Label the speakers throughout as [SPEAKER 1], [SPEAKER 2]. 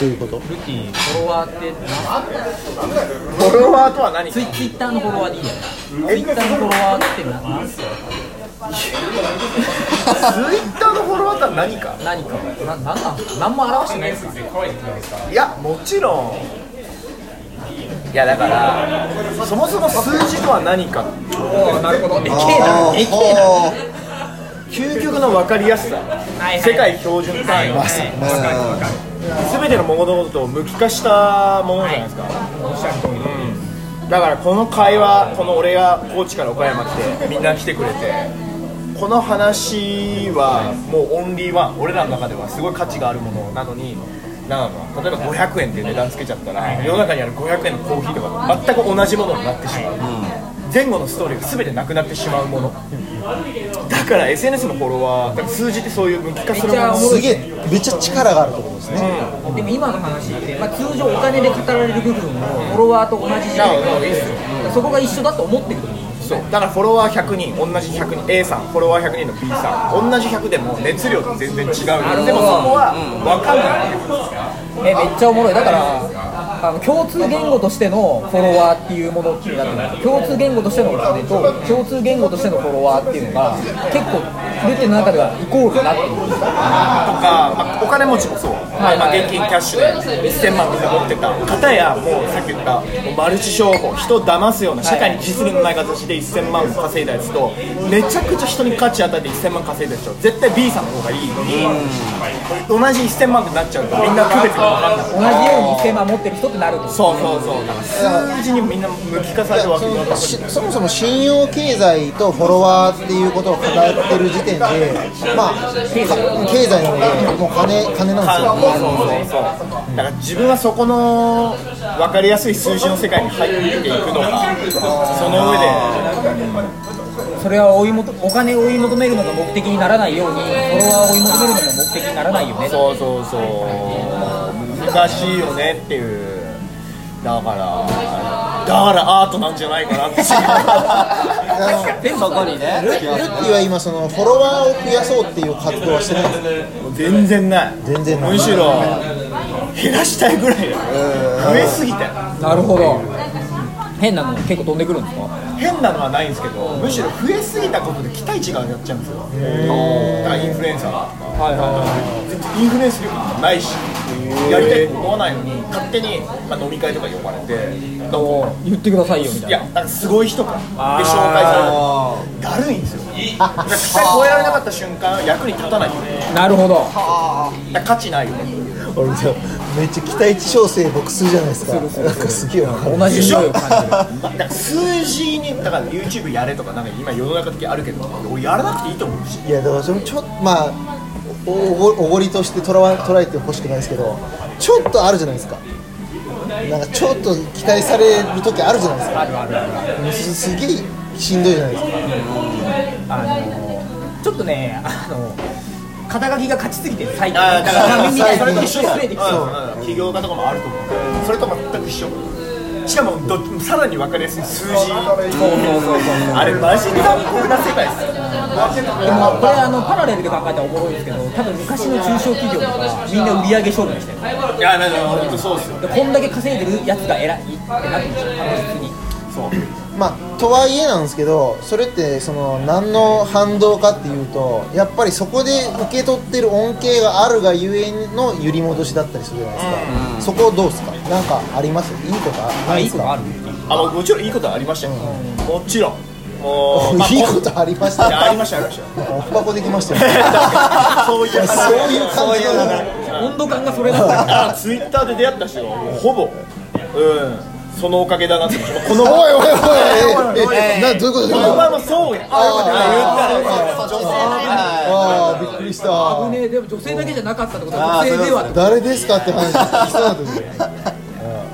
[SPEAKER 1] どういうこと
[SPEAKER 2] ルキーフォロワーって
[SPEAKER 1] フォロワーとは何
[SPEAKER 2] ツイツイッターのフォロワーでいいやツイッターのフォロワーってな何すか
[SPEAKER 1] ツイッターのフォロワーとは何か
[SPEAKER 2] 何かな何なんすか何も表してないですか
[SPEAKER 1] いやもちろんいやだからそもそも数字とは何か
[SPEAKER 2] なるほどでけえな
[SPEAKER 3] あー
[SPEAKER 2] でけえな
[SPEAKER 3] は
[SPEAKER 1] 究極の分かりやすさ
[SPEAKER 2] はいはい
[SPEAKER 1] 世界標準化
[SPEAKER 2] はいはい
[SPEAKER 3] ーあー
[SPEAKER 1] 全ての物事を無機化したものじゃないですか、うんだからこの会話この俺が高知から岡山来てみんな来てくれてこの話はもうオンリーワン俺らの中ではすごい価値があるものなのになんか例えば500円っていう値段つけちゃったら世の中にある500円のコーヒーとかと全く同じものになってしまう、前後のストーリーが全てなくなってしまうものだから SNS のフォロワーだから数字ってそういう無機化する
[SPEAKER 2] めっ
[SPEAKER 1] も
[SPEAKER 2] ちゃ
[SPEAKER 1] の
[SPEAKER 2] おもろ
[SPEAKER 3] す
[SPEAKER 2] い
[SPEAKER 3] げえめっちゃ力があるところですね
[SPEAKER 2] でも今の話って、まあ、通常お金で語られる部分もフォロワーと同じじゃない
[SPEAKER 1] うん
[SPEAKER 2] ですかそこが一緒だと思ってると思う
[SPEAKER 1] そうだからフォロワー100人同じ100人 A さんフォロワー100人の B さん同じ100でも熱量って全然違うよでもそこは分かんない
[SPEAKER 2] えめっちゃおもろいだからあの共通言語としてのフォロワーっていうものっていうのが共通言語としてのお金と共通言語としてのフォロワーっていうのが結構ルテの中ではイコールになってるんですよ
[SPEAKER 1] とか、まあ、お金持ちもそう、
[SPEAKER 2] い
[SPEAKER 1] まあ、現金キャッシュで1000万みんな持ってた方やもうさっき言ったもうマルチ商法人を騙すような社会に実利のない形で1000万稼いだやつとめちゃくちゃ人に価値与えて1000万稼いだ人絶対 B さんの方がいいのに同じ1000万になっちゃうとみんな区別が分かんない
[SPEAKER 2] 同じように1000万持ってる人ってなると
[SPEAKER 1] そうそうそうだから数字にみんな向き化されるわけ
[SPEAKER 3] そ
[SPEAKER 1] だ
[SPEAKER 3] のしそもそも信用経済とフォロワーっていうことを語ってる時点で、まあ、か経済なので、もう金金なんですよ、
[SPEAKER 1] だから自分はそこの分かりやすい数字の世界に入っていくのがその上で
[SPEAKER 2] それは追い求お金を追い求めるのが目的にならないようにフォロワーを追い求めるのが目的にならないよね
[SPEAKER 1] そうそうそう難しいよねっていうだからだからアートなんじゃないかなっていう
[SPEAKER 4] そこにね
[SPEAKER 3] ルルッキーは今、そのフォロワーを増やそうっていう活動はしてないんですよ
[SPEAKER 1] 全然ない
[SPEAKER 3] 全然ない
[SPEAKER 1] むしろ減らしたいぐらいだよ増えすぎたよ
[SPEAKER 2] なるほど変なの結構飛んでくるんですか
[SPEAKER 1] 変なのはないんですけどむしろ増えすぎたことで期待値が上がっちゃうんですよだからインフルエンサーとか全然インフルエンス力もないしやりたいと思わないのに勝手に、まあ、飲み会とか呼ばれてだか
[SPEAKER 2] 言ってくださいよみ
[SPEAKER 1] ら
[SPEAKER 2] た
[SPEAKER 1] い
[SPEAKER 2] いな
[SPEAKER 1] やなんかすごい人からで紹介されてだるいんですよだから期待超えられなかった瞬間役に立たないよね
[SPEAKER 2] なるほど
[SPEAKER 1] だから価値ないよね
[SPEAKER 3] 俺じゃあめっちゃ期待値調整、僕するじゃないですか、なんかすげえわかる
[SPEAKER 2] 同じ匂いを感じる
[SPEAKER 1] だから数字にだから YouTube やれとかなんか今世の中的にあるけど俺やらなくていいと思うし
[SPEAKER 3] いやだからそれちょっとまあおおごおごりとしてとらわ捉えてほしくないですけどちょっとあるじゃないですかなんかちょっと期待される時あるじゃないですかすすげえしんどいじゃないですか
[SPEAKER 2] あのちょっとね、あの肩書きが勝ちすぎてる最近、
[SPEAKER 1] あーだから
[SPEAKER 2] 鏡みたいな
[SPEAKER 1] それと一緒だ
[SPEAKER 2] 増えてきてる
[SPEAKER 1] うんうん起業家とかもあると思うそれと全く一緒しかもどさらに分かりやすい数字あれマジで残酷な世界です
[SPEAKER 2] でもこれあのパラレルで考えたらおもろいんですけど、多分昔の中小企業とかみんな売り上げ勝負にしてる。
[SPEAKER 1] いやだから本当そうですよ
[SPEAKER 2] でこんだけ稼いでるやつが偉いってなってるんですよ、確実に。
[SPEAKER 1] そう
[SPEAKER 3] まあとはいえなんですけどそれってその何の反動かっていうとやっぱりそこで受け取ってる恩恵があるがゆえの揺り戻しだったりするじゃないですか、そこどうですかなんかありますいいことありますか
[SPEAKER 2] る。
[SPEAKER 1] あのもちろんいいことはありましたよもちろんもう
[SPEAKER 3] いいことありました
[SPEAKER 1] いやありましたありましたよ
[SPEAKER 3] オフ箱できましたよ
[SPEAKER 1] そういう
[SPEAKER 3] そういう感じの
[SPEAKER 2] 温度感がそれだったから
[SPEAKER 1] あツイッターで出会った人がもうほぼうんそのおかげだなってこの
[SPEAKER 3] おいおいおいおいええなどういうことどういう
[SPEAKER 1] 僕
[SPEAKER 3] こと
[SPEAKER 1] はもうそうやあよかった言ったら
[SPEAKER 3] ああびっくりした
[SPEAKER 2] ね、でも女性だけじゃなかったってことは、女性ではってこ
[SPEAKER 3] 誰ですかって話聞きそうだったんですよ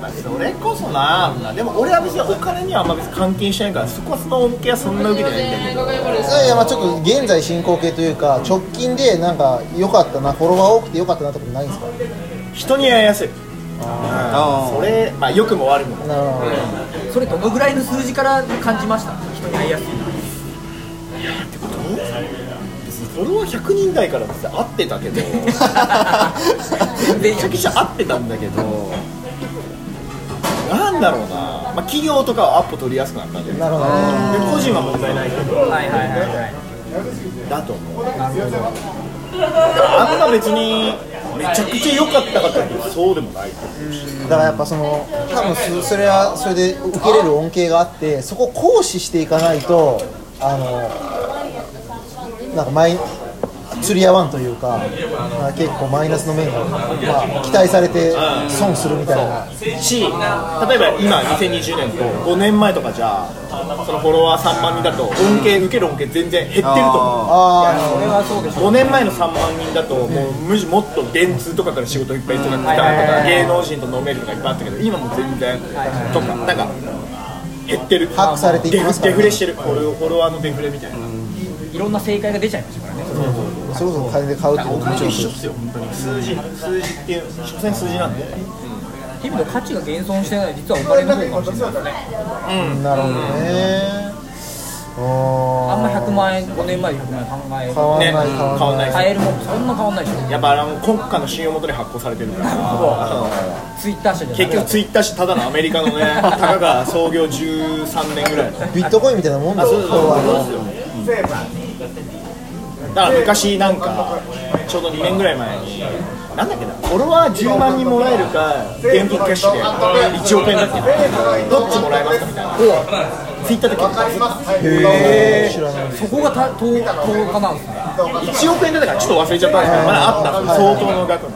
[SPEAKER 1] それこそなでも俺は別にお金にはあんま別に関係しないからそこはその恩恵はそんな受けてないんだけど
[SPEAKER 3] いやまあちょっと現在進行形というか直近でなんか良かったなフォロワー多くて良かったなってことないんですか
[SPEAKER 1] 人に会いやすいあそれまあ良くも悪くも
[SPEAKER 3] なるほど
[SPEAKER 2] とそれどのぐらいの数字から感じました人に会いやすい
[SPEAKER 1] 別にフォロワー100人台からって合ってたけどめちゃくちゃ合ってたんだけどなんだろうな、まあ、企業とかはアポ取りやすくなったんで
[SPEAKER 3] なるほどね
[SPEAKER 1] で個人は問題ないけど
[SPEAKER 2] はいはいはいはい
[SPEAKER 1] だと思うあんな別にめちゃくちゃ良かったかというとそうでもないと思う
[SPEAKER 3] だからやっぱその多分そそれはそれで受けれる恩恵があってそこを行使していかないとあのなんか前釣り合わんというか、まあ、結構マイナスの面が、まあ、期待されて損するみたいな、
[SPEAKER 1] し例えば今2020年と5年前とかじゃそのフォロワー3万人だと恩恵受ける恩恵全然減ってると思う
[SPEAKER 3] あ
[SPEAKER 2] それはそうでしょ
[SPEAKER 1] 5年前の3万人だともうむしもっと電通とかから仕事いっぱい人が来たとか芸能人と飲めるとかいっぱいあったけど今もう全然とかなんか減ってる
[SPEAKER 3] 把握されていきますから
[SPEAKER 1] デフデフレしてるフォロフォロワーのデフレみたいな、
[SPEAKER 2] いろんな正解が出ちゃいましたからね
[SPEAKER 3] あそれこそ金で買うって
[SPEAKER 1] お
[SPEAKER 3] こと
[SPEAKER 1] 金と
[SPEAKER 3] もちろん
[SPEAKER 1] 一緒っすよ本当に数字数字っていう所詮数字なんで
[SPEAKER 2] 日々の価値が減損してない実はお金の方かもしれない
[SPEAKER 3] なるほどね
[SPEAKER 2] あ
[SPEAKER 3] あ
[SPEAKER 2] んま100万円5年前で100万円考え
[SPEAKER 3] 変わんない
[SPEAKER 1] ね
[SPEAKER 3] 変わんない、
[SPEAKER 1] 変わん
[SPEAKER 2] 買えるもんそんな変わんないでしょ
[SPEAKER 1] やっぱあの国家の信用元で発行されてるから
[SPEAKER 2] ツイッター社じゃ
[SPEAKER 1] 結局ツイッターしただのアメリカのねたかが創業13年ぐらいの
[SPEAKER 3] ビットコインみたいなもんだよフォロワーの
[SPEAKER 1] だから昔なんかちょうど2年ぐらい前になんだっけなフォロワー10万人もらえるか現金キャッシュで1億円だっけなどっちもらえますかみたいなツイッターで結構
[SPEAKER 3] 知らない
[SPEAKER 2] そこがた投投下なんですね
[SPEAKER 1] 1億円だったからちょっと忘れちゃったんですけどまだあったんです相当の額の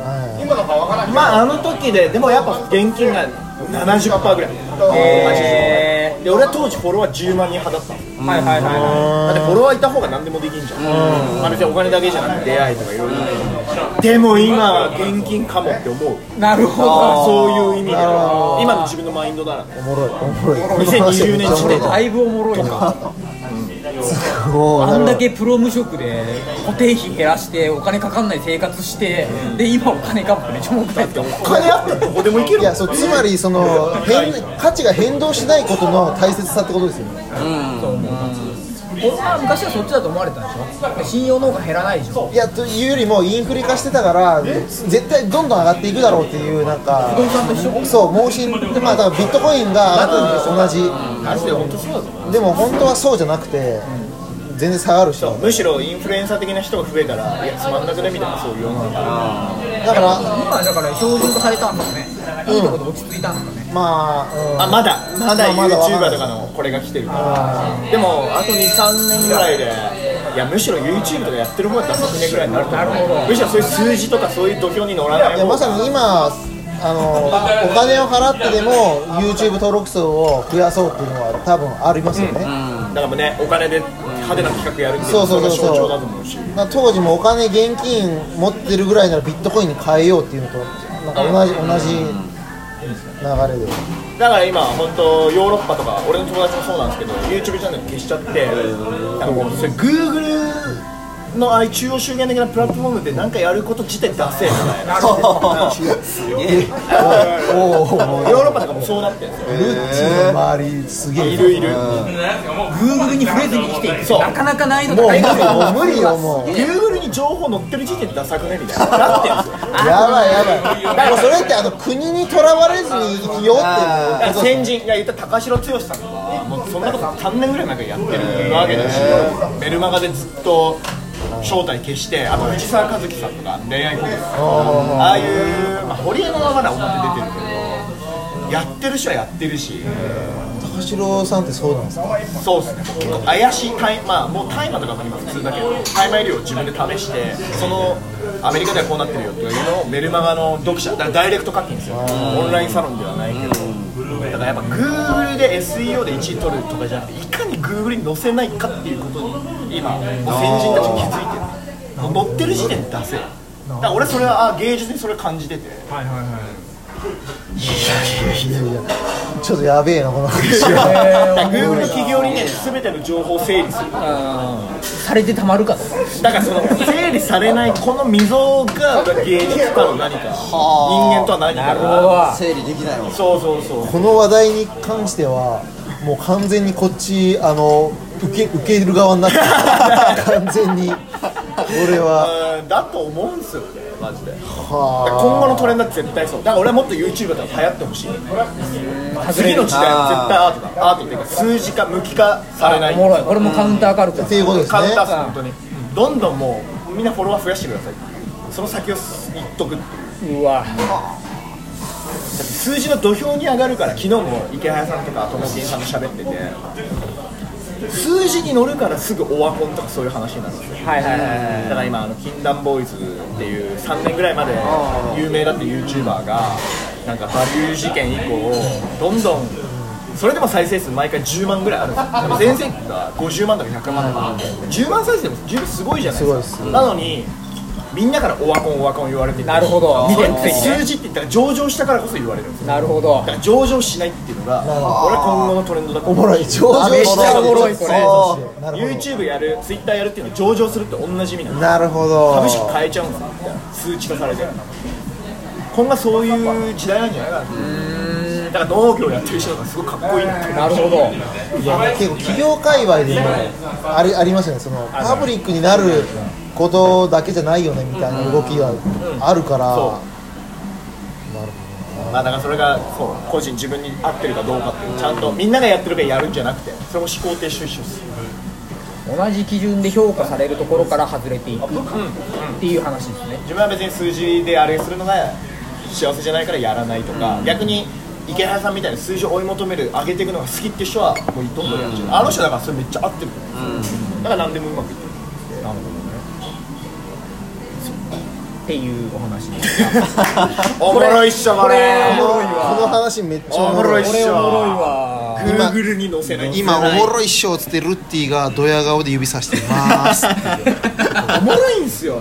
[SPEAKER 1] まああの時ででもやっぱ現金が70%ぐらい
[SPEAKER 2] へ
[SPEAKER 1] で俺は当時フォロワー10万人派だったの
[SPEAKER 2] ーはいはいはいはい
[SPEAKER 1] だってフォロワーいた方が何でもできんじゃん、まあ、別にお金だけじゃなくて出会いとかいろいろでも今は現金かもって思う
[SPEAKER 2] なるほど
[SPEAKER 1] そういう意味で今の自分のマインドなら
[SPEAKER 3] おもろいおもろい
[SPEAKER 1] 2020年時点
[SPEAKER 2] だいぶおもろいな
[SPEAKER 3] おー
[SPEAKER 2] あ
[SPEAKER 3] な
[SPEAKER 2] ん
[SPEAKER 3] るほ
[SPEAKER 2] だ
[SPEAKER 3] ど
[SPEAKER 2] けプロ無職で固定費減らしてお金かかんない生活してで今お金かもめっちゃ重くない ですか
[SPEAKER 1] お金あったらどこでも行ける
[SPEAKER 3] いやそうつまりその変価値が変動しないことの大切さってことですよね
[SPEAKER 2] 俺は昔はそっちだと思われたでしょ信用の方が減らないでしょ
[SPEAKER 3] いやというよりもインフレ化してたから絶対どんどん上がっていくだろうっていうなんか
[SPEAKER 2] 動産と一緒
[SPEAKER 3] そう盲信まあだからビットコインが上がるんで
[SPEAKER 1] マジで本当そうだと思う
[SPEAKER 3] 同じでも本当はそうじゃなくて全然下がる人
[SPEAKER 1] むしろインフルエンサー的な人が増えたらいやつまんなくねみたいなそういう世の中
[SPEAKER 3] だから
[SPEAKER 2] 今だから標準化されたんですねいいとこで落ち着いたんですかね
[SPEAKER 3] まあ、うん、
[SPEAKER 1] あまだまだ
[SPEAKER 3] まだわかんない
[SPEAKER 1] YouTuber とかのこれが来てるからでもあと23年ぐらいでいやむしろ YouTube とかやってる方がダサくねぐらいになると思うむしろそういう数字とかそういう度胸に乗らない
[SPEAKER 3] い
[SPEAKER 1] 方
[SPEAKER 3] や
[SPEAKER 1] が
[SPEAKER 3] まさに今あのお金を払ってでも YouTube 登録数を増やそうっていうのは多分ありますよね、
[SPEAKER 1] だからねお金で派手な企画やるっていうの
[SPEAKER 3] そ
[SPEAKER 1] は
[SPEAKER 3] うそうそう
[SPEAKER 1] それ
[SPEAKER 3] そ
[SPEAKER 1] が象徴
[SPEAKER 3] う
[SPEAKER 1] だと思うし
[SPEAKER 3] だから当時もお金現金持ってるぐらいならビットコインに変えようっていうのとなんか同じ同じ流れで
[SPEAKER 1] だから今本当ヨーロッパとか俺の友達もそうなんですけど YouTube チャンネル消しちゃってなんかもうそれ Google のああいう中央集権的なプラットフォームで何かやること自体ダセえななるほど
[SPEAKER 3] おお
[SPEAKER 1] ヨーロッパとかもそうなってるんですよ
[SPEAKER 3] ルッチの周りすげえ
[SPEAKER 1] いるいる
[SPEAKER 2] Google に触れずに生きていく
[SPEAKER 1] そう
[SPEAKER 2] なかなかないの
[SPEAKER 3] もう
[SPEAKER 2] が大
[SPEAKER 3] 無
[SPEAKER 2] 変
[SPEAKER 3] 理
[SPEAKER 2] だ
[SPEAKER 3] よもう無理よもう
[SPEAKER 1] Google に情報載ってる時点でダサくねみたいななってるんですよ
[SPEAKER 3] やばいやばいもうそれってあの国にとらわれずに生きよう
[SPEAKER 1] だから
[SPEAKER 3] っ
[SPEAKER 1] 先人が言った高城剛さんがもうそんなこと3年ぐらい前からやってるわけだしメルマガでずっと正体消してあと藤沢和樹さんとか恋愛コンですああいう、まあ、堀江のままだ表出てるけどやってる人はやってるして
[SPEAKER 3] 高城さんってそうなんですか
[SPEAKER 1] そうですね結構怪しい大まあもう大麻とかも今普通だけど大麻入りを自分で試してそのアメリカではこうなってるよっていうのをメルマガの読者だからダイレクト課金ですよオンラインサロンではないけどだからやっぱ Google で SEO で1位取るとかじゃなくていかに Google に載せないかっていうことに今もう先人たち気づいてるもう載ってる時点で出せだから俺それはあ芸術にそれ感じてて
[SPEAKER 3] ちょっとやべえなこの話は
[SPEAKER 1] だから Google の企業理念全ての情報を整理する
[SPEAKER 2] されてたまるかと
[SPEAKER 1] だからその整理されないこの溝が芸術家の何か人間とは何か
[SPEAKER 4] 整理できないもん
[SPEAKER 1] そうそうそう
[SPEAKER 3] この話題に関してはもう完全にこっちあの受け受ける側になってる完全に俺は
[SPEAKER 1] うんだと思うんすよねマジでだから今後
[SPEAKER 3] は
[SPEAKER 1] のトレンドは絶対そうだから俺はもっと YouTuber とか流行ってほしい次の時代は絶対アートだアートっていうか数字化無機化されない
[SPEAKER 2] おもろいこれもカウンターカルチャ
[SPEAKER 3] あってい
[SPEAKER 2] ー
[SPEAKER 3] うことですね
[SPEAKER 1] カウンターっす本当にどんどんもうみんなフォロワー増やしてくださいその先を言っとくっていう
[SPEAKER 2] うわ
[SPEAKER 1] 数字の土俵に上がるから昨日も池原さんとか友達さんと喋ってて数字に乗るからすぐオワコンとかそういう話になるんですよ
[SPEAKER 2] はいはいはい
[SPEAKER 1] だから今あの禁断ボーイズっていう3年ぐらいまで有名だった YouTuber がなんかバリュー事件以降どんどんそれでも再生数毎回10万ぐらいあるんですよでも全盛期が50万とか100万とか10万再生でも十分すごいじゃないですか
[SPEAKER 3] すごいで
[SPEAKER 1] なのにみんなからオワコンオワコン言われてて
[SPEAKER 2] なるほど
[SPEAKER 1] 見てる
[SPEAKER 2] 見てるくせにね
[SPEAKER 1] 数字って言ったら上場したからこそ言われるんですよ
[SPEAKER 2] なるほど
[SPEAKER 1] だから上場しないっていうのが俺は今後のトレンドだと
[SPEAKER 3] お
[SPEAKER 1] 思う
[SPEAKER 3] もろい上場
[SPEAKER 2] めっちゃおもろいこれ
[SPEAKER 3] そうなるほ
[SPEAKER 1] YouTube やる Twitter やるっていうのは上場するって同じ意味なの
[SPEAKER 3] どなるほど
[SPEAKER 1] 株式変えちゃうんだみたいな数値化されて今後そういう時代なんじゃないかなだから農業やってる人がすごいかっこいいなって
[SPEAKER 2] なるほど
[SPEAKER 3] 結構企業界隈でもありありますよねそのパブリックになることだけじゃないよねみたいな動きがあるから、
[SPEAKER 1] そ
[SPEAKER 3] なる
[SPEAKER 1] まあだからそれがそう個人自分に合ってるかどうかっていうちゃんとみんながやってるからやるんじゃなくてそれも思考停止と一緒です
[SPEAKER 2] 同じ基準で評価されるところから外れていくっていう話ですね
[SPEAKER 1] 自分は別に数字であれするのが幸せじゃないからやらないとか、逆に池原さんみたいな数字を追い求める上げていくのが好きって人はもうどんどんやっちゃう、あの人だからそれめっちゃ合ってると思うんですよ、だから何でもうまくいってる
[SPEAKER 2] っていうお話です
[SPEAKER 1] おもろいっしょこれ
[SPEAKER 3] ほどこのこの話めっちゃおもろい
[SPEAKER 1] おもろいっしょ
[SPEAKER 2] わ
[SPEAKER 1] Google に載せない
[SPEAKER 3] 今おもろいっしょっつってルッティがドヤ顔で指さしてます
[SPEAKER 1] おもろいんすよ